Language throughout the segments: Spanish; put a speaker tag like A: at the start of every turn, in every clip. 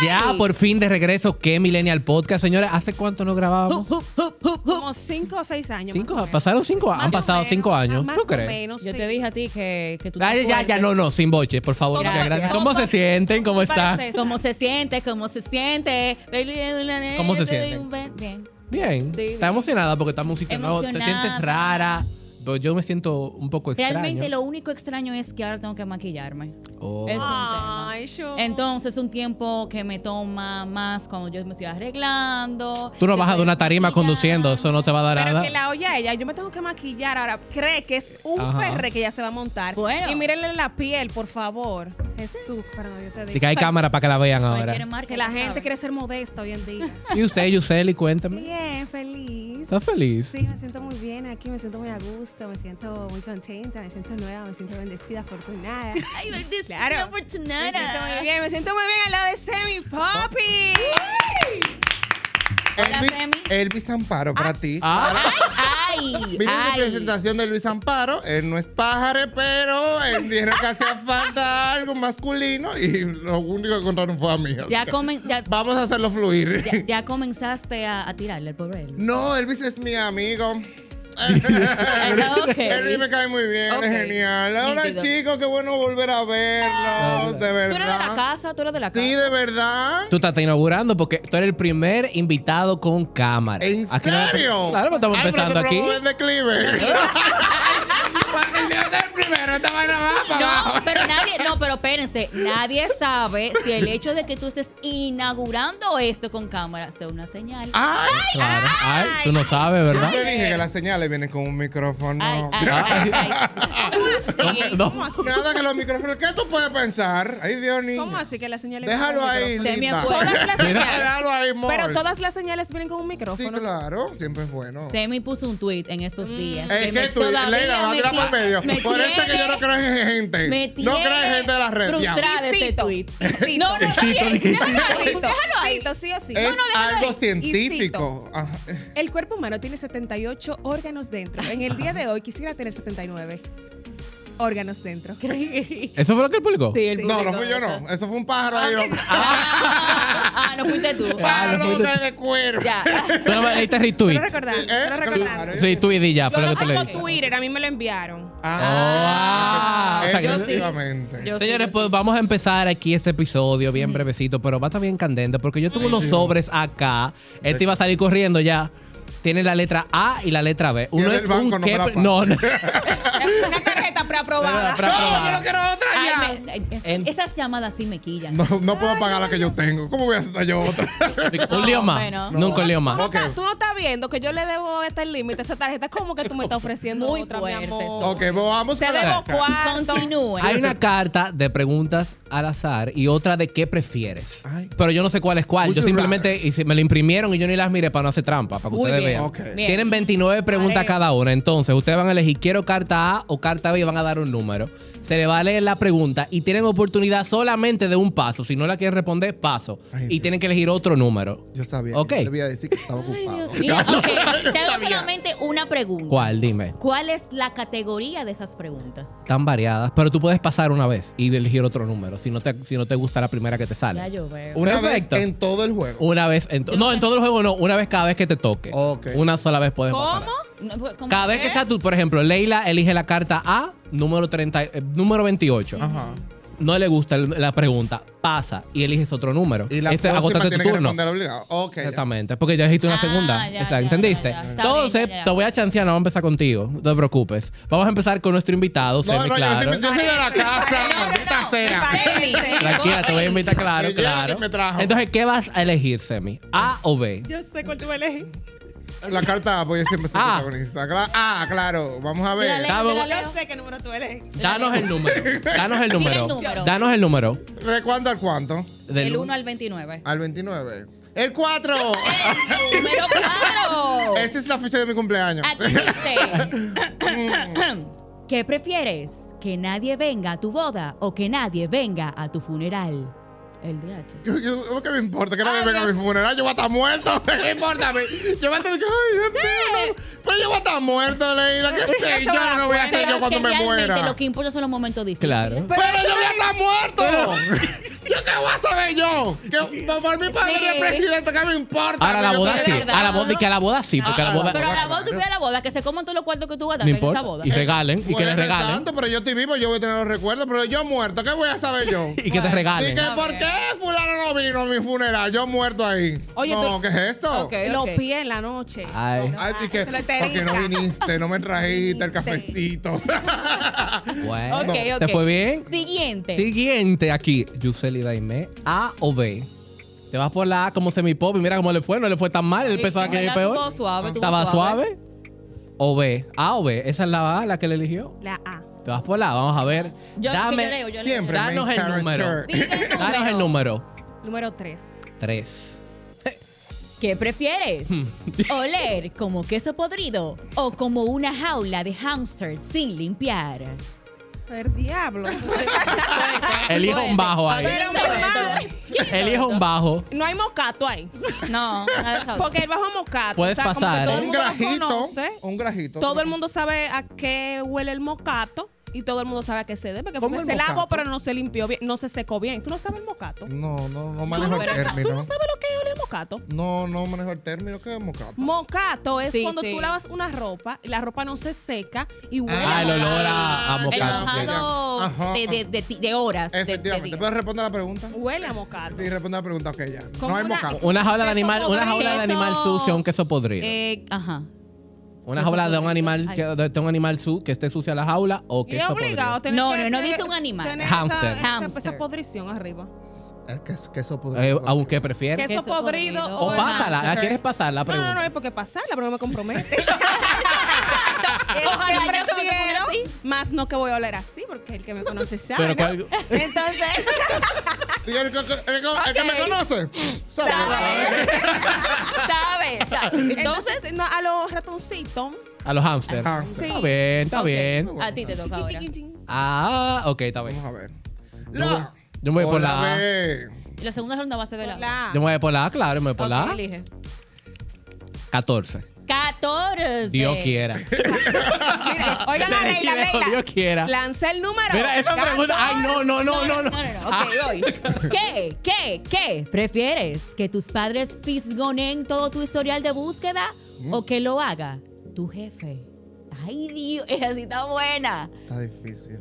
A: está ¿Eh? por fin de regreso que Millennial Podcast. Señores, ¿hace cuánto no grabábamos?
B: Como cinco o seis años.
A: Cinco,
B: Uh, más o menos.
A: pasaron cinco años.
B: Más
A: Han
B: o
A: pasado
B: menos,
A: cinco
B: ah,
A: años.
B: Más
A: ¿Tú
B: o
A: crees?
B: menos,
C: Yo
B: sí.
C: te dije a ti que, que tú...
A: Ah,
C: te
A: ya, ya,
C: acuerdes.
A: no, no, sin boche, por favor.
B: Todo
A: muchas
B: para-
A: gracias.
B: todo
A: ¿Cómo se
B: para-
A: sienten? ¿Cómo
B: todo
A: están?
B: para
C: ¿Cómo se siente? ¿Cómo se siente?
A: ¿Cómo se siente?
C: siente? Bien.
A: Bien.
C: Sí.
A: Está emocionada porque estamos en un sitio nuevo. Te
C: Emocionada.
A: sientes rara. Pero yo me siento un poco extraño.
C: Realmente lo único extraño es que ahora tengo que maquillarme.
A: Oh.
C: es-
B: Ay,
C: Oh.
B: yo.
C: Entonces es un tiempo que me toma más cuando yo me estoy arreglando.
A: Tú no
C: después
A: bajas de una tarima
C: maquillarme.
A: conduciendo, eso no te va a dar
B: Pero
A: nada.
B: que la olla a ella, yo me tengo que maquillar ahora. Cree que es un
A: Ajá.
B: perre que ya se va a montar.
C: Bueno.
B: Y mírenle la piel, por favor. Jesús, perdón, yo te
A: Así
B: digo.
A: que hay cámara para que la vean
C: Cualquier
A: ahora.
C: marca,
B: Que la
C: tú
B: gente
C: sabes.
B: quiere ser modesta hoy en día.
A: Y usted, Yuseli, cuéntame.
B: Bien, feliz.
A: ¿Estás feliz?
B: Sí, me siento muy bien aquí, me siento muy a gusto, me siento muy contenta, me siento nueva, me siento bendecida, afortunada. Me
C: Ay, bendecida
B: Claro.
C: afortunada.
B: siento muy bien, me siento muy bien al lado de Semi Papi.
A: Oh.
C: Hola,
D: Elvis,
C: Femi.
D: Elvis Amparo para ti.
A: Ah,
C: Ay,
D: Vino mi
C: ay.
D: presentación de Luis Amparo. Él no es pájaro, pero él dijo que hacía falta algo masculino y lo único que encontraron fue a mí. Así
C: Ya,
D: que
C: comen- ya,
D: Vamos a hacerlo fluir.
C: ya- ya comenzaste a, a tirarle al pobre Elvis.
D: No, Elvis es mi amigo.
C: Ah, ok.
D: Elvis me cae muy bien,
C: Ok.
D: es genial. Hola
C: Nítido.
D: chicos, qué bueno volver a verlos, de
C: Tú eres de la
D: verdad.
C: casa, tú eres de la casa.
D: Sí, de verdad.
A: tú estás inaugurando porque tú eres el primer invitado con cámara.
D: ¿En
A: Aquí no-
D: serio?
A: Claro, pues estamos
D: Ay, pero
A: empezando
D: te
A: aquí.
D: promueves de Cleaver. Porque yo soy el primero, esta vaina va para
C: No,
D: abajo.
C: pero nadie, no, pero espérense, nadie sabe si el hecho de que tú estés inaugurando esto con cámara sea una señal.
D: Ay,
A: Claro. Ay, tú no sabes, ¿verdad?
D: yo te dije que las señales vienen con un micrófono.
C: Ay, ay, ay, ay.
A: No,
B: ¿Cómo así?
D: Nada que los micrófonos. ¿Qué tú puedes pensar? Ay, Dios mío.
B: ¿Cómo así que las señales
D: Déjalo
B: vienen con un
D: ahí,
C: De mi
D: linda.
C: acuerdo.
B: micrófono? Todas las
A: Mira.
B: señales-
D: Déjalo ahí, amor.
B: Pero todas las señales vienen con un
D: Sí,
B: micrófono.
D: claro. Siempre es bueno.
C: Semi puso un tweet en estos días.
D: Es
C: me-
D: que tú,
C: todavía
D: Leila, va a
C: me
D: tirar
C: tiene-
D: por medio.
C: me
D: Por eso es que yo
C: tiene-
D: no creo en gente.
C: me
D: no creo en
C: tiene
D: gente de la red. ya.
C: Frustrada ese
B: Isito,
C: tweet.
B: Isito.
C: No, no, está
A: Isito,
C: bien,
A: dije,
C: déjalo ahí,
B: Tito,
C: déjalo ahí.
B: Tito, sí o sí. No,
D: Es
B: no, déjalo
D: algo
B: ahí.
D: científico. Ajá.
B: Y Tito, El cuerpo humano tiene 78 órganos dentro. En el día de hoy quisiera tener 79 órganos dentro.
A: ¿Eso fue lo que él publicó?
C: Sí, el
D: No, no
C: público,
D: fui yo,
C: eso.
D: no. Eso fue un pájaro ahí. loco.
C: Ah, ah, no fuiste tú.
A: Ah,
D: Pájaro
A: no fui yo.
D: loco de cuero.
C: Ya.
A: Tú no me leíste retweet.
B: Quiero recordar,
D: Eh,
B: quiero recordar.
D: claro.
A: Retweet y ya,
B: Yo
A: fue lo
B: lo
A: que tú
B: tengo
A: leíste.
B: en Twitter, a mí me lo enviaron.
A: Ah, o sea que-
C: yo sí.
D: efectivamente.
C: Yo-
A: Señores, pues vamos a empezar aquí este episodio bien brevecito, pero va a estar bien candente porque yo tuve unos
D: Dios.
A: sobres acá. Este iba a salir corriendo ya. Tiene la letra A y la letra B.
D: Y en el banco
A: un
D: no me la
A: quepre-
D: pasa.
A: no, no.
B: Es una tarjeta preaprobada.
A: Para
D: No, yo
A: probar.
D: no quiero otra ya.
C: Ay, me- es-
A: En-
C: Esas llamadas sí me quillan.
D: No, no puedo pagar la que yo tengo. ¿Cómo voy a hacer yo otra?
A: un lío más.
C: bueno.
A: Nunca un lío
B: Tú no,
A: más.
D: Ok.
B: estás- tú no estás viendo que yo le debo hasta el límite a esa tarjeta. ¿Cómo que tú me estás ofreciendo
C: Muy
B: otra,
C: fuerte
B: mi amor?
C: eso.
D: ok, pues vamos
B: Te
D: con
B: debo
D: la
B: cuarto.
C: Continúen.
A: Hay una carta de preguntas al azar y otra de qué prefieres.
D: Ay.
A: Pero yo no sé cuál es cuál.
D: Would
A: Yo
D: you
A: simplemente hice- me la imprimieron y yo ni las miré para no hacer trampa, para que
C: Muy
A: ustedes
C: bien.
A: vean.
D: Ok.
C: Bien.
A: Tienen 29 preguntas
B: Vale.
A: cada una. Entonces, ustedes van a elegir quiero carta A o carta B y van a dar un número. Se le va a leer la pregunta y tienen oportunidad solamente de un paso. Si no la quieren responder, paso.
D: Ay,
A: y
D: Dios.
A: tienen que elegir otro número.
D: Yo sabía.
A: Ok.
D: que Yo debía decir que estaba
C: Ay,
D: ocupado.
C: Dios mío. Ok, Te hago
D: Sabía.
C: solamente una pregunta.
A: ¿Cuál? Dime.
C: ¿Cuál es la categoría de esas preguntas?
A: Están variadas, pero tú puedes pasar una vez y elegir otro número si no te, si no te gusta la primera que te sale.
C: Ya yo veo.
D: Una
A: Perfecto.
D: vez en todo el juego.
A: Una vez en to- No, en todo el juego no. Una vez cada vez que te toque.
D: Ok.
A: Una sola vez puedes
B: ¿Cómo?
A: pasar.
C: No, pues, ¿cómo
A: Cada vez que
C: que?
A: está tú, por ejemplo, Leila elige la carta A, número, 30, eh, número 28.
D: Ajá.
A: No le gusta el- la pregunta, pasa y eliges otro número.
D: Y la
A: Ese,
D: próxima
A: agotaste
D: tiene
A: tu
D: que
A: turno.
D: responder obligado. Ok. ya.
A: Exactamente, porque ya dijiste una
C: Ah,
A: segunda.
C: ya,
A: o sea,
C: ya,
A: ¿entendiste?
C: ya, ya. Está
A: Entonces,
C: bien, ya, ya.
A: te voy a chancear, no vamos a empezar contigo, no te preocupes. Vamos a empezar con nuestro invitado,
D: No,
A: Semi,
D: no, yo no
A: claro.
D: soy, yo soy de la casa. maldita sea.
B: Parece.
A: Tranquila, te voy a invitar, claro,
D: Me lleva
A: claro.
D: que me trajo.
A: Entonces, ¿qué vas a elegir, Semi? ¿A o B?
B: Yo sé cuál tú elegir.
D: La carta voy yo siempre soy
A: Ah.
D: protagonista. Cla- Ah, claro. Vamos a
C: La
D: ver.
C: ley
A: Dame-
C: de la ley.
B: Yo sé qué número tú elegir.
A: Danos el número. Danos
C: Dile
A: el
C: el
A: número.
C: número.
A: Danos el número.
D: ¿De cuánto al cuánto?
A: Del
C: Del
A: uno-
C: 1 al 29.
D: Al 29. ¡El 4!
C: ¡Número claro!
D: Esa es la fecha de mi cumpleaños.
C: Aquí dice. Ah, ¿Qué prefieres? ¿Que nadie venga a tu boda o que nadie venga a tu funeral? El DH.
D: Yo- yo- ¿Qué me importa? Que nadie venga a mi funeral. Yo voy a estar muerto. ¿Qué me importa a mí? Yo voy a estar. ¡Ay, Dios mío! Pero yo voy a estar muerto, Leila. ¿Qué sé yo? No lo voy a
C: Pero
D: hacer
C: es
D: yo
C: que
D: cuando me
C: realmente
D: muera.
C: Lo que importa son los momentos difíciles.
A: Claro.
D: ¡Pero yo voy a estar muerto! ¿Yo qué voy a saber yo? Que por- por mi padre
C: Sí.
D: es presidente, ¿qué me importa?
A: Ahora a la
D: Yo
A: boda sí.
D: estoy-
C: verdad.
A: A la boda, y que a la boda sí, porque a la
D: Ah,
A: boda.
C: Pero a la boda, tú pides a la boda, que se coman todos los cuartos que tú gastaste
A: No
C: en esa
A: importa.
C: boda.
A: Y regalen, y que
D: Bueno,
A: les regalen.
D: tanto, pero yo estoy vivo, yo voy a tener los recuerdos, pero yo muerto, ¿qué voy a saber yo?
A: Y que te
D: ¿Y
A: regalen.
D: que por qué fulano no vino a mi funeral? Yo muerto ahí.
B: Oye,
D: no,
B: tú-
D: ¿qué es esto?
C: Ok.
B: Lo pide en la noche.
A: Ay,
D: Ay, sí que,
B: Loterita.
D: porque no viniste, no me trajiste el cafecito.
A: bueno.
C: Ok, ok.
A: ¿Te fue bien?
C: Siguiente.
A: Siguiente aquí, Yuseli Daimé, A o B. Te vas por la A como semipop y mira cómo le fue, no le fue tan mal, él
C: Sí,
A: pensaba que
C: en
A: era
C: verdad tuvo
A: peor.
C: suave, tuvo
A: Estaba suave. O B, A o B, esa es la A, la que le eligió.
B: La A.
A: Te vas por la A, vamos a ver.
C: Yo, yo leo,
A: Dame,
C: yo leo.
D: Siempre.
A: danos
D: main
A: el número.
D: character.
C: Dime el
A: Danos el número.
B: Número 3.
A: Tres.
C: ¿Qué prefieres?
A: Hmm.
C: ¿Oler como queso podrido o como una jaula de hamsters sin limpiar?
B: El diablo.
A: Elijo un bajo ahí.
B: Pero normal.
A: Elijo un bajo.
B: No hay mocato ahí.
C: No, nada de eso.
B: Porque el bajo mocato.
A: Puedes
B: como que
A: pasar,
B: todo
A: ¿eh?
B: el
D: Un
B: mundo lo
D: grajito.
B: conoce,
D: Un grajito.
B: Todo el mundo sabe a qué huele el mocato. Y todo el mundo sabe a qué se debe. Porque
D: ¿Cómo
B: fue
D: el
B: se lavó,
D: mocato?
B: pero no se limpió bien. No se secó bien. ¿Tú no sabes el mocato?
D: No, no, no
B: ¿Tú,
D: manejo
B: nunca
D: el
B: sa- tú no
D: término.
B: sabes lo que huele el mocato?
D: No, no manejo el término. ¿Qué es mocato?
B: Mocato es
C: Sí,
B: cuando
C: sí.
B: tú lavas una ropa y la ropa no se seca y huele.
A: Ah,
B: a
A: el olor a- a
D: ya,
C: El
A: mocato.
D: ok, ya.
C: mojado
D: Ajá,
C: de, de- de ti- de horas. de- de
D: Efectivamente.
C: días.
D: ¿Puedes responder la pregunta?
B: Huele a mocato.
D: Sí, responde la pregunta. Ok, ya.
B: Como
D: No hay
B: una-
D: mocato.
A: Una jaula de
B: Queso
A: animal, una
B: podrido.
A: jaula de animal
C: Queso-
A: sucio, un queso podrido.
C: Eh, ajá.
A: Una jaula de un animal, que,
C: Ay.
A: de un animal su, que esté sucia la jaula o
B: Y
A: que
B: es
A: esté
B: obligado tener
C: No,
B: que-
C: no, no
B: tener-
C: dice un animal.
B: tener esa-
A: Hámster.
B: esa- Esa,
C: Hámster.
B: podrición arriba.
D: El queso, queso
A: Eh,
D: podrido.
A: aunque prefieres.
B: Queso,
C: Queso
B: podrido,
C: podrido.
A: O
B: o
A: pásala, ¿la
B: hámster.
A: quieres pasar la
B: No,
A: pregunta?
B: no, no, es porque pasarla, pero no me compromete. Es
C: Ojalá yo que me
B: que
C: ponga
B: prefiero,
C: así.
B: más no que voy a oler así, porque el que me conoce sabe.
A: Pero
B: ¿no?
A: cuál-
B: Entonces,
D: Sí, el, que- el que- el que me conoce. Sabe.
C: ¿Sabes? Entonces,
B: entonces no, a los ratoncitos.
A: A los hamsters.
D: Hamster.
A: Está bien, está
C: Ah, ok,
A: bien.
C: A ti te toca ahora.
B: chin, chin, chin.
A: Ah, ok, está bien.
D: Vamos a ver.
A: Yo voy- yo me voy por la A.
D: B.
C: La segunda ronda va a ser de la.
B: Hola.
A: Yo me voy por la A, claro, me voy por
C: Ah. Ok,
A: la A.
C: elige.
A: 14.
C: 14.
A: Dios quiera.
B: Mira, Oigan a Leila, Leila.
A: Dios quiera.
B: Lancé el número.
A: Mira, esa pregunta. ah. Ay, no, no, no, no.
C: No, no, no. Ok, voy. ¿Qué? ¿Qué? ¿Qué? ¿Prefieres que tus padres fisgonen todo tu historial de búsqueda o que lo haga tu jefe? Ay, Dios, esa sí está buena.
D: Está difícil.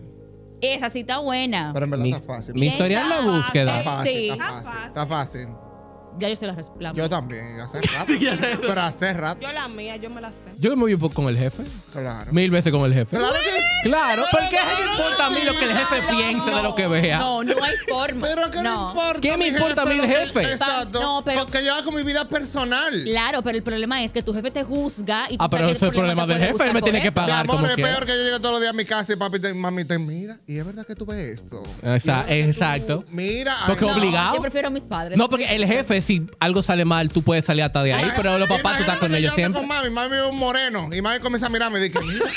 C: Esa sí está buena.
D: Pero en verdad
A: Mi-
D: está fácil.
A: mi historial de
C: Está
A: búsqueda.
D: Está fácil,
C: Sí.
D: está
B: Está
D: fácil. Está fácil.
C: Ya yo se la respondo.
D: Yo también, hace rato. Pero hace rato,
B: Yo la mía, yo me la
C: Eh,
B: sé.
A: Yo me voy por- con el jefe.
D: claro.
A: Mil veces con el jefe.
D: Claro que sí.
A: Claro,
D: Pero
A: porque
D: no,
A: me
D: no,
A: importa a mí lo que el jefe piense de lo que vea.
C: No, no hay forma.
D: Pero que no,
C: no
D: importa.
A: ¿Qué me
D: mi
A: importa a mí
D: lo
A: el
D: que-
A: jefe?
D: Exacto.
C: No, pero-
D: Porque yo hago mi vida personal.
C: Claro, pero el problema es que tu jefe te juzga y tú
A: Ah, pero
C: sabes
A: eso
C: que
A: es problema
C: te
A: del
C: puede
A: jefe. Él me
C: buscar
A: tiene
C: por
A: que
C: eso.
D: Mi
A: pagar
D: amor,
A: como
D: es
A: quiera.
D: peor que yo llegue todos los días a mi casa y papi te, mami te mira. Y es verdad que tú ves eso.
A: Exacto,
D: Y es verdad que tú-
A: exacto.
D: Mira. ay,
A: Porque
D: no.
A: obliga- obligado.
C: Yo prefiero a mis padres.
A: No, porque el jefe, si algo sale mal, tú puedes salir hasta de ahí, pero los papás tú estás
D: Imagínate
A: con
D: que
A: ellos
D: yo ando
A: siempre.
D: con mami, mami es un moreno. Y mami comienza a mirarme y dice, mira,
C: eh,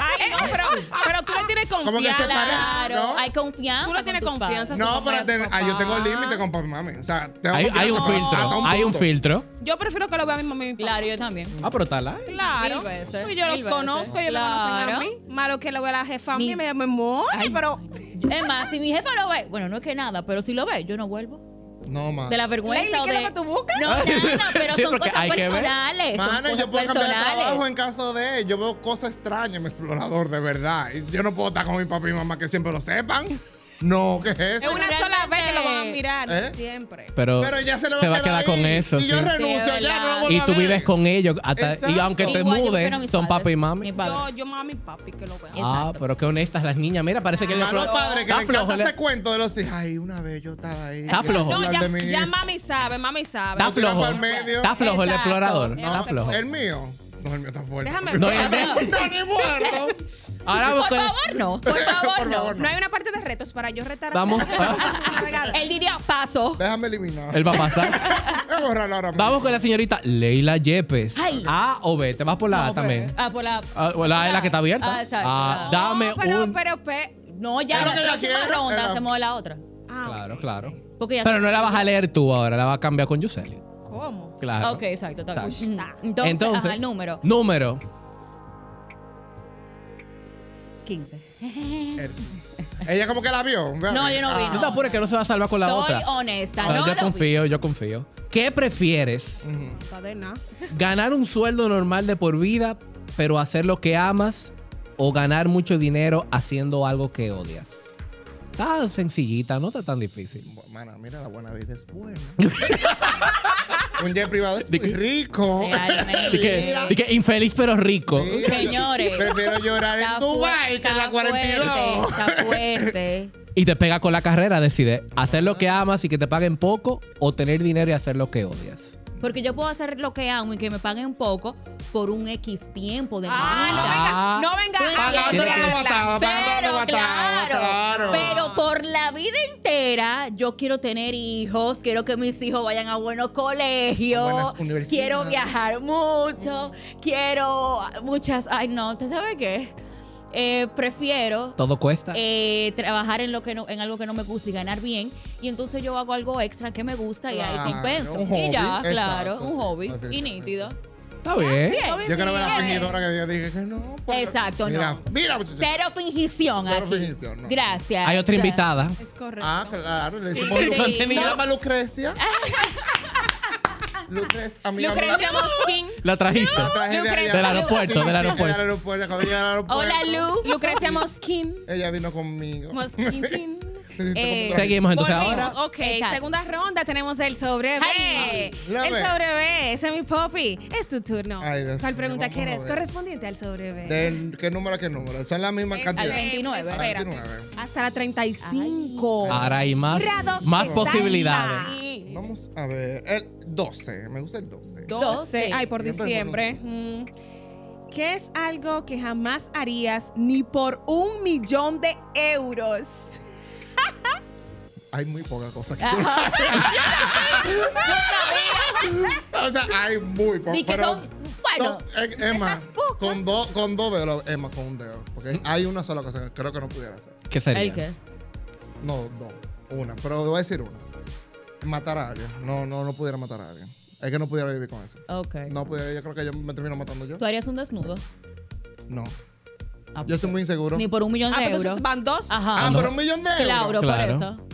B: Ay, no, pero, pero tú le tienes
D: como que se
B: confianza.
D: parece.
C: Claro,
D: ¿no?
C: hay confianza.
B: Tú no
C: con
B: tienes
C: tus
B: confianza.
C: padres.
B: tu
D: No,
B: mamá y
D: pero
B: tu
D: ten- ah, yo
B: papá.
D: tengo el límite con papi y mami. O sea, tengo
A: Hay,
D: que
A: hay
D: llegar
A: un
D: hasta- hasta
A: filtro,
D: un
A: hay un
D: punto.
A: filtro.
B: Yo prefiero que lo vea mi mamá y mi papá.
C: Claro, yo también.
A: Ah, pero está live.
B: Claro,
C: Mil veces,
B: porque yo los
C: mil veces.
B: conozco, ellos me
C: Claro.
B: conocen a mí. Malo que lo vea la jefa a mí,
C: Mis-
B: me llama "Moni", pero
C: Es más, si mi jefa lo ve, bueno, no es que nada, pero si lo ve, yo no vuelvo.
D: No, mami.
C: De la vergüenza
B: Leila,
C: o
B: ¿qué es lo
C: de-
B: que tú buscas?
C: No, nada, pero
A: Sí,
C: son
A: porque
C: cosas
A: hay que ver.
C: personales. son
D: Mano,
C: cosas
D: yo puedo cambiar de
C: personales.
D: trabajo en caso de él. Yo veo cosas extrañas en mi explorador, de verdad. Y Yo no puedo estar con mi papá y mamá que siempre lo sepan. No, ¿qué es
B: es
D: eso?
B: una sola vez que lo van a mirar,
D: ¿Eh?
B: siempre.
A: Pero,
D: Pero ya se lo
A: va a quedar,
D: ahí.
A: con eso.
D: Y yo
A: sí.
D: renuncio,
C: Sí,
D: ya no lo
C: ¿verdad?
D: vuelvo
A: Y
D: a
A: tú
D: ver.
A: vives con ellos. hasta- y
D: Exacto.
A: aunque te
C: Igual yo prefiero a
A: mudes,
C: mis
A: son
C: padres.
A: papi y
C: Mi
A: mami.
C: padre.
B: Yo, yo mami y papi que lo vean.
A: Ah,
C: Exacto.
A: pero qué honestas las niñas. Mira, parece que ellos-
D: Mano, padre, que
A: Está
D: le encanta
A: flojo, le-
D: ese cuento de los hijos. Ay, una vez yo estaba ahí.
A: Está
D: y
A: flojo.
B: No,
D: hablan
B: ya,
D: de mí.
B: ya mami sabe, mami sabe.
A: Está
D: Lo tiran
A: flojo.
D: pa'l medio.
A: Está flojo el
C: Exacto.
A: explorador. Está
D: No,
A: flojo.
D: El mío. No, el mío está fuerte.
B: Déjame
A: No,
B: ver.
A: el de-
D: Está ni muerto.
A: Ahora
C: Por
A: vamos con-
C: favor, no. Por favor,
D: Por favor,
C: no.
B: No hay una parte de retos para yo retar a
A: Vamos.
B: a- a- regalo.
C: Él diría paso.
D: Déjame eliminar.
A: Él va a pasar.
D: Voy a borrarlo ahora mismo.
A: Vamos con la señorita Leila Yepes.
C: Ay.
A: A o B. Te vas por la A
C: No,
A: también.
C: pero- Ah, por la.
A: Ah, o la A es la que está abierta.
C: Ah, exacto.
A: Ah,
C: La-
A: dame
B: No, pero,
A: un.
B: pero, pe-
C: No, ya.
D: Es lo
C: la
D: que ella
C: próxima
D: quiere,
C: ronda
D: era-
C: hacemos la otra.
B: ah,
A: Claro,
B: ok.
A: claro.
C: Porque ya.
A: Pero no la vas a leer tú ahora, la vas a cambiar con Yuseli.
B: ¿Cómo? Ah,
A: Claro.
C: Ok, exacto. está bien.
A: Exacto.
C: Entonces, ajá, el número.
A: Número.
C: 15.
D: Ella como que la vio. Ah,
C: No, yo no vi,
A: No
C: no.
A: te apures que no se va a salvar con la
C: Soy
A: otra.
C: honesta.
A: Pero
C: no
A: yo
C: lo
A: confío, yo confío. ¿Qué prefieres?
B: Cadena.
A: ¿Ganar un sueldo normal de por vida, pero hacer lo que amas? ¿O ganar mucho dinero haciendo algo que odias? Está sencillita, no está tan difícil.
D: Mana, mira, la buena vida es buena. Un jet privado es muy rico.
C: Realmente.
A: Y que, y que infeliz pero rico.
D: Sí.
C: Señores.
D: Prefiero llorar
C: Está
D: en Dubai que en la
C: fu- está
D: 42.
C: fuerte, Está fuerte.
A: Y te pega con la carrera, decide hacer lo que amas y que te paguen poco o tener dinero y hacer lo que odias.
C: Porque yo puedo hacer lo que amo y que me paguen un poco por un X tiempo de mi vida.
B: Ah, no venga. No venga.
C: Ah,
B: a
D: Pagando la
B: hablarla.
D: batalla, pagando
C: Pero
D: la batalla,
C: claro,
D: claro.
C: pero por la vida entera yo quiero tener hijos, quiero que mis hijos vayan a buenos
D: A
C: colegios,
D: buenas universidades.
C: quiero viajar mucho, quiero muchas... Ay, no, ¿usted sabe qué? Eh, prefiero
A: Todo
D: Ah.
A: cuesta.
C: eh, trabajar en lo que no, en algo que no me gusta y ganar bien y entonces yo hago algo extra que me gusta y ahí
D: Claro,
C: compenso
D: un
C: y ya
D: hobby,
C: claro
D: exacto,
C: un
D: sí,
C: hobby y
D: definitivamente.
C: nítido
A: Está bien.
C: Bien.
D: Yo quiero ver a la
C: Bien.
D: fingidora que diga- dije que no. porque-
C: Exacto,
D: mira,
C: no.
D: Mira, muchachos.
C: Cero fingición
D: Cero
C: aquí.
D: fingición, no.
C: Gracias.
A: Hay otra
C: Gracias.
A: invitada.
B: Es correcto.
D: Ah, claro, le hicimos
C: Sí.
D: Lucrecia.
C: Contenido.
D: Llama Lucrecia. Lucrecia, amiga
B: Lucrecia
D: mía.
B: Mosquín.
A: La trajiste.
D: La traje de allá.
A: Del aeropuerto, del
D: Sí,
A: aeropuerto.
D: Del aeropuerto, acabo de llegar al aeropuerto.
C: Hola, Lu.
B: Lucrecia Mosquín.
D: Ella vino conmigo.
B: Mosquín.
D: Eh,
A: Seguimos entonces
B: Volvimos.
A: ahora.
B: Ok,
C: ¿Qué tal?
B: segunda ronda tenemos el sobre
C: Ay,
B: B.
D: la
B: El
D: B.
B: sobre B, ese es mi popi. Es tu turno.
D: Ay, Dios
B: ¿Cuál
D: mío,
B: pregunta
D: vamos a
B: quieres?
D: ver.
B: Correspondiente al sobre B.
D: Del- ¿Qué número a qué número? Son la misma
B: Este,
D: cantidad.
C: Al 29.
B: espérate.
D: 29.
B: Hasta la 35.
A: Ahora hay más,
B: Grados
A: más
B: está
D: Ah,
A: posibilidades.
B: en
C: Sí.
D: Vamos a ver. El 12. Me gusta el 12.
B: 12. Ay, por
D: Siempre
B: diciembre. Mm. ¿Qué es algo que jamás harías ni por un millón de euros?
D: Hay muy poca cosa. que-
C: Ajá.
D: o sea, hay muy poca.
C: Di que
D: pero-
C: son- bueno,
D: No, eh, Emma, con dos con dos dedos, Emma, con un dedo. Porque hay una sola cosa que creo que no pudiera hacer.
A: ¿Qué sería?
C: ¿El qué?
D: No, dos. Una, pero voy a decir una. Matar a alguien. No, no, no pudiera matar a alguien. Es que no pudiera vivir con eso.
C: Ok.
D: No pudiera, yo creo que yo me termino matando yo.
C: ¿Tú harías un desnudo?
D: No.
C: Ah,
D: Yo soy muy inseguro.
C: Ni por un millón
B: Ah,
C: de
B: pero
C: euros.
B: entonces van dos.
D: Ah,
C: Ajá.
D: pero un millón de euros.
C: Claro,
A: pues, Claro.
C: por eso.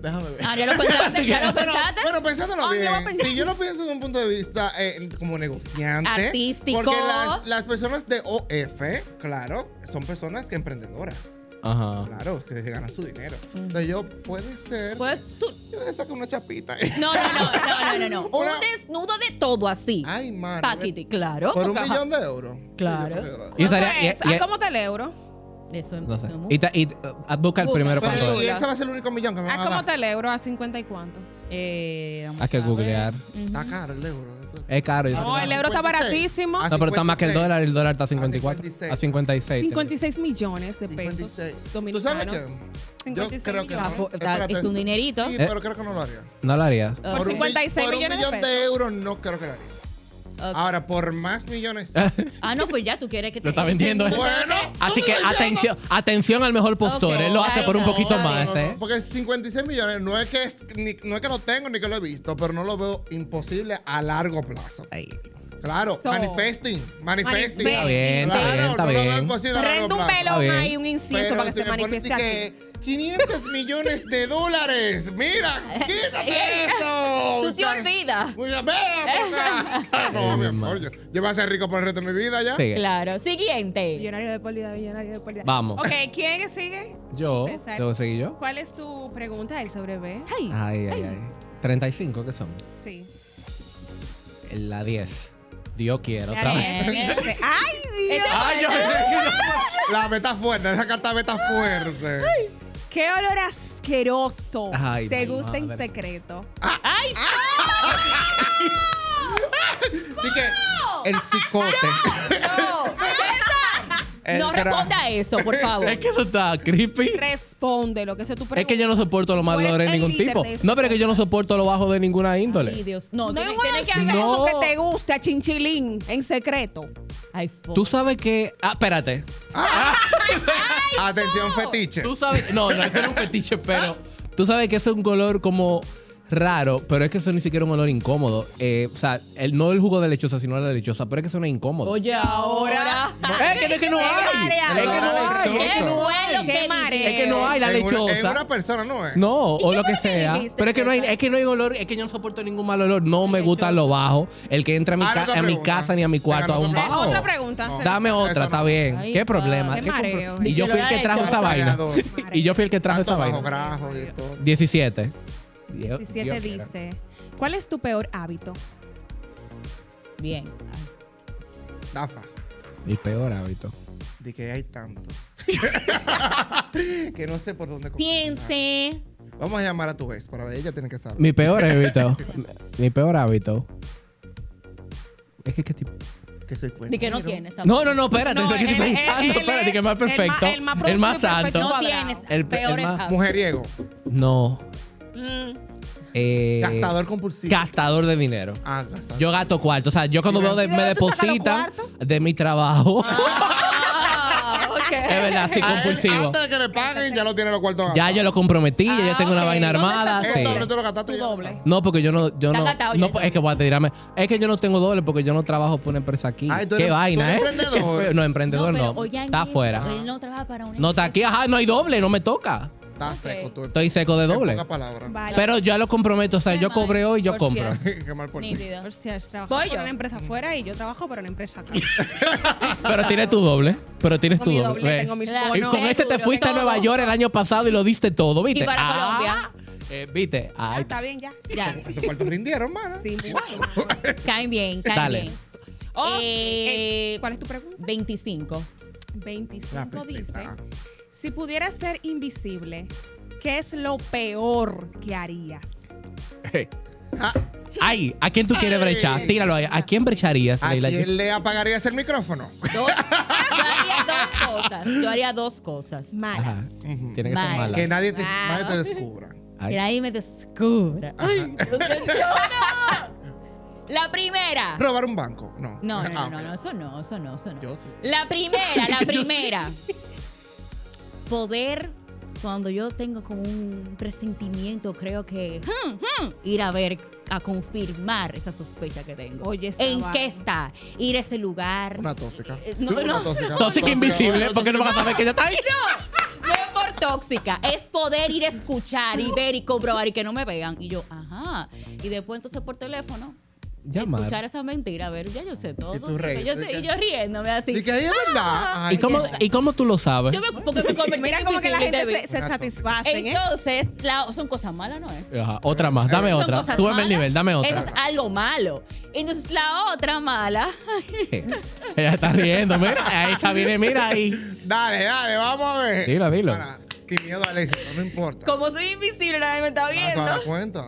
D: Déjame ver.
C: Ah, ya lo pensaste, ya lo
D: Pero, pues,
C: pensaste.
D: pero pensándolo
B: Ah, yo voy a
D: bien,
B: pensar.
D: si yo lo pienso desde un punto de vista eh, como negociante,
C: Artístico.
D: porque las, las personas de OF, claro, son personas que emprendedoras,
A: Ajá.
D: claro, que ganan su dinero. Entonces yo puede ser,
C: Pues tú.
D: yo le saco una chapita.
C: No, no, no, no, no, no, no.
D: Una-
C: Un desnudo de todo así.
D: Ay, man.
C: Paquiti, claro.
D: Por un
C: porque, ajá,
D: millón de euros.
C: Claro.
D: Sí, yo creo que-
A: Y
B: ¿Cómo,
A: estaría- y-
B: es? Ah,
A: y-
B: ¿Cómo está el euro?
C: Eso es eh,
A: No sé.
C: eso
A: Y,
C: es
A: ta- y, uh, busca el primero
C: Pero-
A: cuando.
D: Pero, y ese va a ser el único millón que me van
B: Ah,
D: a
B: ¿cómo
D: dar.
B: está el euro? ¿A 50 y cuánto?
C: Eh, vamos
A: Hay que
C: a ver.
A: googlear.
C: Ujú.
D: Está caro el euro. Eso.
A: Es caro. eso.
B: No, el euro está
D: 56.
B: baratísimo.
D: Ah,
A: No, pero está más que el
D: 56.
A: dólar. El dólar está a 54. A
D: 56.
A: 56.
B: 56 millones de pesos
D: 56. ¿Tú sabes
B: dominicanos.
D: qué?
B: 56
C: Ah,
B: millones.
C: po- está-
D: Espérate.
C: es un dinerito. Oh,
D: Sí,
A: Eh.
D: pero creo que no lo haría.
A: No lo haría.
C: Ok.
B: Por
D: un mi-
B: 56
D: por un
B: millones de
D: millón de,
B: pesos.
D: euros no creo que lo haría.
C: Ok.
D: Ahora, por más millones.
C: Ah, no, pues ya tú quieres que te.
A: Lo está vendiendo, ¿eh?
D: Bueno.
A: Así que atención, atención al mejor postor.
C: Ok,
A: Él lo hace
C: claro,
A: por un
C: no,
A: poquito
D: no,
A: más,
D: no, no,
A: ¿eh?
D: Porque 56 millones no es, que es- ni- no es que lo tengo ni que lo he visto, pero no lo veo imposible a largo plazo. Claro,
B: So-
D: manifesting. Manifesting.
B: Está
A: bien, está
D: Claro,
A: bien, está
D: no lo veo
A: bien.
D: imposible a largo
B: Prende un
D: plazo.
A: Está
B: pelón
A: bien.
B: ahí, un incienso
D: Pero
B: para
D: si
B: que se
D: me pones
B: manifieste aquí.
D: que 500 millones de dólares. Mira, quítate eso.
C: Tú te
D: O sea,
C: olvidas.
D: Muy bien, ven por acá. Ah, No,
A: Ay,
D: mi
A: mi madre.
D: amor, yo, yo voy a ser rico por el resto de mi vida ya.
A: Sigue.
C: Claro. Siguiente.
B: Millonario de polida, millonario de polida.
A: Vamos.
B: Ok, ¿quién sigue?
A: Yo,
B: César.
A: ¿debo seguir yo?
B: ¿Cuál es tu pregunta? ¿El sobre B?
C: Ay,
A: Ay, ay, ay. 35, ¿qué son?
B: Sí.
A: La 10. Dios quiero.
B: La
A: Otra vez. Ah.
C: bien.
B: diez. ¡Ay, Dios!
C: Esa-
A: Ay, yo
D: La meta está fuerte, esa carta está fuerte.
B: ¡Qué olor asqueroso!
A: Ay,
B: ¿Te
A: mi
B: gusta en
A: madre.
B: secreto?
C: ay,
D: Así que el cicote.
C: no. César,
D: El
C: No
D: cra-
C: responda a eso, por favor.
A: Es que eso está creepy.
B: Responde lo que sea tu
A: Es
B: pregunta.
A: que yo no soporto lo malo
B: Tú eres
A: de
B: el
A: ningún
B: líder
A: tipo.
B: de este
A: No, pero es que yo no soporto lo bajo de ninguna
C: Ay,
A: índole.
C: Dios. No,
B: No
C: tiene,
B: es un
C: tiene que
B: asqueroso
C: haber.
A: No.
B: que te gusta, chinchilín, en secreto.
C: Ay,
A: Tú sabes que. Ah, espérate.
D: Atención, fetiche.
A: Tú sabes. No, no, eso era un fetiche, pero. Tú sabes que es un color como raro, pero es que eso ni siquiera es un olor incómodo. Eh, o sea, el, no el jugo de lechosa, sino la lechosa, pero es que suena incómodo.
C: Oye, ahora.
A: es que, es que no hay.
B: área.
A: Es que no hay.
D: Qué
A: Es que no hay.
C: bueno
B: Qué
C: que
B: marea.
A: Es que no hay la
D: en una- en
A: lechosa.
D: una persona, ¿no es?
A: No,
C: ¿Y
A: o
C: qué
A: lo
C: fue
A: que
C: lo que
A: sea.
C: dijiste,
A: Pero es que no hay,
C: César?
A: es que no hay olor, es que yo no soporto ningún mal olor. No me gustan los bajos. El que entra a mi,
D: Ahora
A: ca-
D: Ah, otra
A: a mi
D: pregunta.
A: casa ni a mi cuarto a
D: Hagan
A: un
D: otra
A: bajo.
B: Otra pregunta.
D: No.
B: César.
A: Dame otra,
D: Eso
A: está
D: no.
A: bien.
C: Ay,
A: ¿Qué problema?
C: qué
A: ¿Qué compro-
B: mareo.
A: Y yo fui el que trajo esa vaina.
D: Cargador.
A: Y yo fui el que trajo esa
D: Tanto bajo
A: vaina.
D: grajo y todo.
A: 17. Dios-
B: 17
A: Dios quiera.
B: dice, ¿cuál es tu peor hábito?
C: Bien.
D: Gafas.
A: Mi peor hábito.
D: De que hay tantos. que no sé por dónde comenzar.
C: Piense.
D: Vamos a llamar a tu ex para ver. Ella tiene que saber.
A: Mi peor hábito. mi peor hábito. Es que qué tipo.
D: Que soy cuerpo.
C: De que no tienes. tampoco.
A: No, no, no, espérate,
B: No,
A: eso que
B: él-
A: estoy
B: él-
A: pensando.
B: él
A: espérate,
B: es
A: que el más
B: el más-
A: perfecto.
B: el más
A: El más
B: productivo y perfecto.
A: santo.
C: No tienes.
A: El-
C: peores
A: el más-
C: hábitos.
D: Mujeriego.
A: No.
B: Mm,
A: eh,
D: Gastador compulsivo.
A: Gastador de dinero.
D: ah, gastador.
A: Yo gasto cuarto. O sea, yo cuando
D: ¿Y
A: veo
D: de-
A: de-
B: y de
A: me
B: dónde tú sacas los
A: depositan
B: cuartos?
A: de mi trabajo.
C: Ah, ok.
A: es verdad, sí,
D: A él,
A: compulsivo.
D: Antes de que le paguen, ya lo tiene los cuartos
A: Ya yo lo comprometí, ya yo
C: Ah,
A: tengo una
C: ok.
A: vaina
C: ¿Dónde
A: armada.
C: está
D: gastados.
A: sí.
D: El doble tú lo gastaste.
B: Tu
D: ya.
B: doble.
A: No, porque yo no, yo
C: Te
A: no,
C: han gastado
A: no
C: ya,
A: es que voy a tirarme. Es que yo no tengo doble porque yo no trabajo por una empresa aquí.
D: Ay, tú
A: Qué
D: eres- tú
A: vaina, ¿eh?
D: eres emprendedor.
A: Qué feo. No, emprendedor no.
C: pero oigan, eh,
A: Está
C: él-
A: afuera.
C: Él no trabaja para una
A: No está
C: empresa.
A: aquí, ajá, no hay doble, no me toca.
D: Está
C: Ok.
D: seco tú.
A: Estoy seco de doble.
D: En pocas palabras.
B: vale.
A: Pero yo lo comprometo, o sea,
C: Qué
A: yo
C: mal,
A: cobré hoy, yo
C: por
A: compro.
C: cierto.
D: Qué mal por ti.
C: Nítido.
B: Hostias, trabajo
C: Voy
B: para
C: yo.
B: una empresa
A: Mm.
B: afuera y yo trabajo para una empresa acá.
A: Pero tienes tu doble, pero tienes
B: Tengo
A: tu
B: mi
A: doble.
B: doble,
A: ve.
B: tengo mis
C: Claro.
A: Y
B: bonos.
A: con
C: Qué
A: este te
C: duro,
A: fuiste a
C: todo.
A: Nueva York el año pasado y lo diste todo, ¿viste?
C: Y para
A: Ah, eh, ¿Viste?
B: Ah,
A: Ay,
B: Está bien ya.
C: Ya.
D: Esos cuartos rindieron, mano.
B: Sí,
C: Caen bien, caen
A: Dale.
C: bien.
B: Oh,
C: Eh,
B: eh, ¿Cuál es tu pregunta?
C: 25.
D: La
B: 25 dice,
D: peseta.
B: si pudieras ser invisible, ¿qué es lo peor que harías?
D: Ah,
A: Ay, ¿a quién tú quieres
D: Ay.
A: brechar? Tíralo ahí. ¿A quién brecharías?
D: ¿A
A: Leila?
D: quién le apagarías el micrófono?
C: Dos- yo haría dos cosas. Yo haría dos cosas.
B: Malas.
A: Ajá.
D: Ujú.
A: Tiene que ser
C: Vale.
A: mala.
D: Que nadie te,
B: Wow.
C: Ah.
D: nadie te descubra.
A: Ay.
C: Que nadie me descubra. Ay, Dios mío, no. La primera.
D: Robar un banco. No.
C: No, no,
D: Ah,
C: no, no,
D: ok.
C: no, eso no, eso no, eso no.
D: Yo sí.
C: La primera, la primera. Poder, cuando yo tengo como un presentimiento, creo que hmm, hmm, ir a ver, a confirmar esa sospecha que tengo.
B: Oye, esa
C: ¿En
B: vaina.
C: qué está? Ir a ese lugar.
D: Una tóxica.
C: Eh, no,
D: Una
C: no.
D: tóxica.
A: Tóxica invisible, porque no
D: tóxica.
A: van a saber que ella está ahí.
C: No es por tóxica, es poder ir a escuchar y ver y comprobar y que no me vean. Y yo, ajá. Y después entonces por teléfono.
A: Llamar.
C: Escuchar esa mentira, a ver, ya yo sé todo.
D: Y tú reí,
C: yo sé-
D: ¿de
C: y
D: qué?
C: yo riéndome así.
D: Y que ahí es
C: Ah.
D: verdad. Ay,
A: ¿Y cómo, ¿Y cómo tú lo sabes?
C: Yo me, porque me convertí
B: Mira
C: en
B: como que la
C: invisible,
B: gente
C: Debbie.
B: se, se
D: Una
B: satisface, ¿eh?
C: Entonces, la- son cosas malas, ¿no es?
A: Ajá, otra más, dame
C: Son
A: otra.
C: cosas
A: Súbeme el
C: malas.
A: nivel, dame
C: Eso es
A: otra.
C: algo malo. Entonces, la otra mala.
A: Eh, Ella está riendo, mira. Ahí está, viene, mira ahí.
D: Dale, dale, vamos a ver.
A: Dilo, dilo.
D: Para, sin miedo al éxito, no importa.
C: Como soy invisible, nadie me está
D: Vas a
C: viendo.
D: dar cuenta.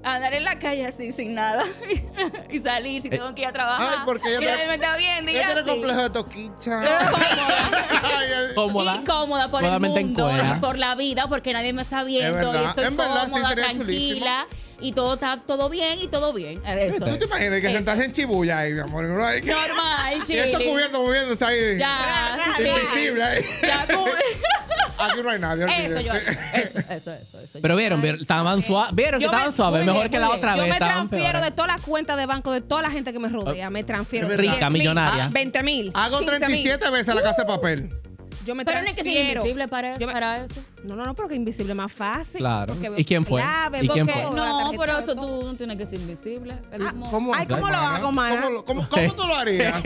C: Andar en la calle así, sin nada. y salir si tengo que ir a trabajar.
D: Eh, Ay, porque yo
C: Y
D: te-
C: nadie me está viendo. Y
D: Ella tiene
C: así.
D: complejo de toquicha. Ay, ay.
A: Cómoda.
C: Incómoda por
A: Cómodamente
C: el
A: en
C: mundo,
A: cuera.
C: por la vida, porque nadie me está
D: Es
C: viendo.
D: verdad.
C: Y estoy
D: En verdad, sí,
C: cómoda,
D: sería
C: tranquila. Y todo está todo bien, y todo bien. Eso.
D: ¿Tú te imaginas que
C: Eso.
D: sentarse en chibuya ahí, mi amor? y uno ahí, que-
C: Normal,
D: Y eso
C: chile.
D: cubierto, moviéndose ahí.
C: Ya, sí.
D: Invisible ahí.
C: Ya, cu-
D: Aquí no hay nadie.
C: Eso, yo.
D: olvídese.
C: Eso, eso, eso. eso.
A: Pero vieron, vieron, estaban suaves. Vieron que
B: Yo me-
A: estaban suaves,
C: muy
A: mejor
C: bien,
A: que
C: muy
A: la
C: bien.
A: otra
B: Yo
A: vez.
B: me
A: Estaban
B: transfiero de
A: peores.
B: todas las cuentas de banco de toda la gente que me rodea. Me transfiero.
A: Rica,
B: 10.000,
A: millonaria.
B: 20 mil.
D: Hago 37 veces a la casa de papel.
B: Yo me
C: Pero no hay que
B: transfiero.
C: ser invisible para,
B: Yo me-
C: para eso.
B: No, no, no, pero que invisible es más fácil.
A: Claro.
B: Porque veo
A: ¿Y quién fue?
B: clave,
A: ¿Y quién
B: porque
A: fue?
B: veo la
C: No,
B: tarjeta
C: pero
B: de
C: eso
B: todo.
C: tú no tienes que ser invisible. El amor.
B: Ay,
D: haces,
B: ¿cómo lo
D: mana?
B: hago, mana?
D: ¿Cómo, lo- cómo- cómo tú lo harías?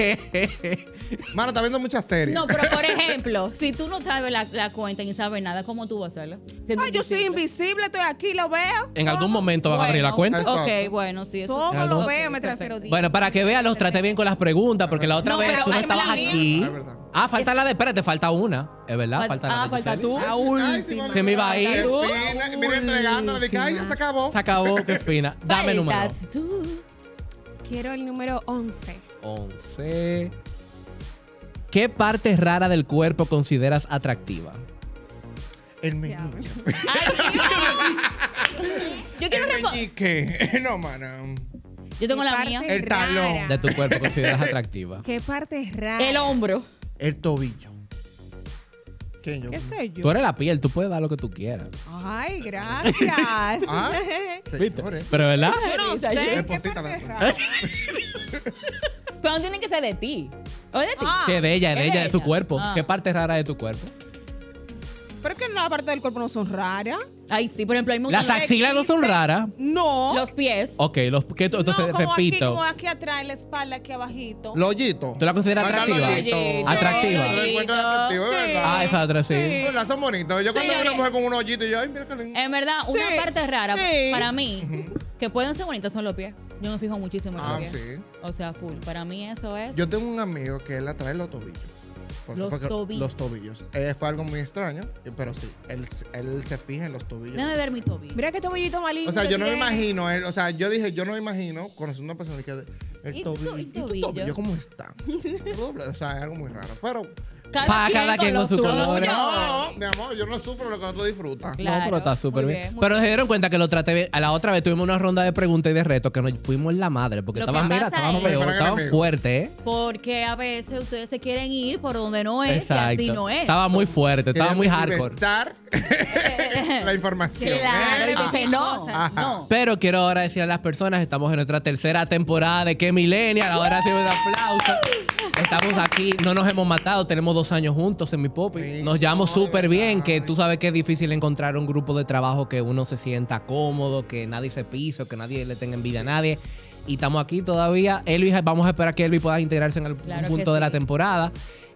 D: Mana, está viendo muchas series.
C: No, pero por ejemplo, si tú no sabes la, la cuenta y no sabes nada, ¿cómo tú vas a hacerlo? Siendo
B: Ah, yo soy invisible, estoy aquí, lo veo.
A: En algún
B: Todo.
A: momento van a abrir la
C: Bueno,
A: cuenta.
D: Exacto.
C: Ok, bueno, sí. Eso
B: Todo
C: sí.
B: lo
C: Ok,
B: veo, me
C: perfecto.
B: transfiero 10.
A: Bueno, para que vean, los traté bien con las preguntas, porque la otra
C: No,
A: vez
C: pero
A: tú no
C: hay
A: estabas
C: que
A: aquí.
D: Ah, es verdad.
A: Ah, falta la de, espérate, falta una. Es verdad,
C: Fal-
A: falta la
C: ah,
A: de
C: falta
A: Giselle.
C: tú.
B: La
D: Ay, sí,
B: última.
D: bueno,
A: Se me iba a
D: qué
A: ir.
D: fina. Mira, entregándole. Dije, ay, ya se acabó.
A: Se acabó, qué fina. Dame el número.
C: Faltas tú.
B: Quiero el número 11.
A: 11. ¿Qué parte rara del cuerpo consideras atractiva?
D: El
B: Ya.
D: meñique.
C: Ay, yo quiero
D: El
C: responder.
D: meñique. No, mana.
C: Yo tengo
B: ¿Qué
C: la
B: parte
C: mía.
D: El talón.
A: De tu cuerpo consideras atractiva.
B: ¿Qué parte es rara?
C: El hombro.
D: El tobillo. ¿Quién yo?
B: ¿Qué sé yo?
A: Tú eres la piel, tú puedes dar lo que tú quieras.
B: Ay, gracias.
D: Ah,
A: ¿Viste?
D: señores.
A: Pero ¿verdad?
B: Yo no sé.
C: Es
B: qué
D: postita,
B: parte
D: ¿no?
B: rara.
C: Pero no tiene que ser de ti. O de ti.
B: Ah,
A: Que de ella,
C: es
A: de
C: de
A: ella, de su
C: ella.
A: cuerpo.
C: Ah.
A: ¿Qué parte rara de tu cuerpo?
B: Pero es que la parte del cuerpo no son raras.
C: Ay, sí, por ejemplo, hay muchos.
A: Las axilas no son raras.
B: No.
C: Los pies.
A: Ok, los, que, entonces
B: no, como Aquí,
A: repito.
B: como aquí atrás, en la espalda, aquí abajito.
D: Los hoyitos.
A: ¿Tú la consideras
D: Saca
A: atractiva?
D: los hoyitos.
A: Atractiva.
D: Yo la encuentro atractiva, es
B: Sí.
D: verdad.
A: Ah, esa otra sí.
B: Sí.
D: Hola, son bonitos. Yo cuando veo una
C: Señores.
D: mujer con un hoyito, yo, ay, mira que lindo.
C: En verdad, una
B: Sí,
C: parte rara
B: sí.
C: para mí, que pueden ser bonitas, son los pies. Yo me fijo muchísimo en
D: Ah,
C: los pies.
D: sí.
C: O sea, full. Para mí eso es.
D: Yo tengo un amigo que él atrae los tobillos. Por
C: Los
D: supuesto que-
C: tobillos.
D: Los tobillos. Eh, fue algo muy extraño, pero sí. Él, él se fija en los tobillos.
C: Déjame ver mi tobillo.
B: Mira que tomillito malito.
D: O sea, yo no me
B: tiene.
D: imagino, él, o sea, yo dije, yo no me imagino conociendo a una persona que el
C: ¿Y tu-
D: tobillo,
C: y
D: ¿y tu
C: tobillo?
D: tobillo cómo está? Doble, o sea, es algo muy raro, pero
A: Pa' cada quien con su
D: no,
A: color.
D: no, mi amor, yo no sufro lo que otro disfruta.
C: Claro,
A: no, pero está súper
C: muy
A: bien.
C: bien, muy
A: pero se
C: bien.
A: dieron cuenta que lo traté bien. A la otra vez tuvimos una ronda de preguntas y de retos que nos fuimos en la madre. Porque
C: Lo que
A: estaban, mira,
C: pasa
A: estaban
C: es-
A: peor,
D: Preparan
A: estaban
D: enemigos.
A: fuertes, ¿eh?
C: Porque a veces ustedes se quieren ir por donde no es y así no es.
A: Estaba muy fuerte, estaba
D: Quería
A: muy hardcore.
D: tergiversar la información.
C: Claro,
D: ¿eh?
C: y dice, no, no.
A: Pero quiero ahora decir a las personas, estamos en nuestra tercera temporada de Que Millennial. Ahora sí un aplauso. Estamos aquí, no nos hemos matado, tenemos dos años juntos en mi popi.
D: Sí,
A: Nos llevamos
D: no, de
A: súper bien,
D: verdad.
A: que tú sabes que es difícil encontrar un grupo de trabajo que uno se sienta cómodo, que nadie se piso, que nadie le tenga envidia a nadie. Y estamos aquí todavía. Elvis, vamos a esperar que Elvis pueda integrarse en algún
C: Claro que
A: punto de la
C: sí.
A: temporada.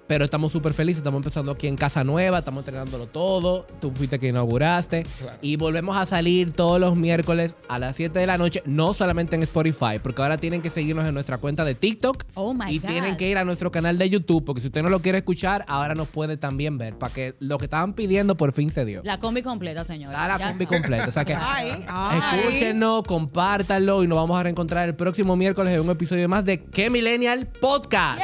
A: Pero estamos súper felices, estamos empezando aquí en Casa Nueva, estamos entrenándolo todo. Tú fuiste que inauguraste.
D: Claro.
A: Y volvemos a salir todos los miércoles a las 7 de la noche, no solamente en Spotify, porque ahora tienen que seguirnos en nuestra cuenta de TikTok.
C: Oh my
A: y
C: God.
A: tienen que ir a nuestro canal de YouTube, porque si usted no lo quiere escuchar, ahora nos puede también ver, para que lo que estaban pidiendo por fin se dio.
C: La combi completa, señora.
A: Está la
C: Ya
A: combi
C: está.
A: completa. O sea que
B: Ay, ay.
A: escúchenos, compártanlo y nos vamos a reencontrar el próximo miércoles en un episodio más de Que Millennial Podcast.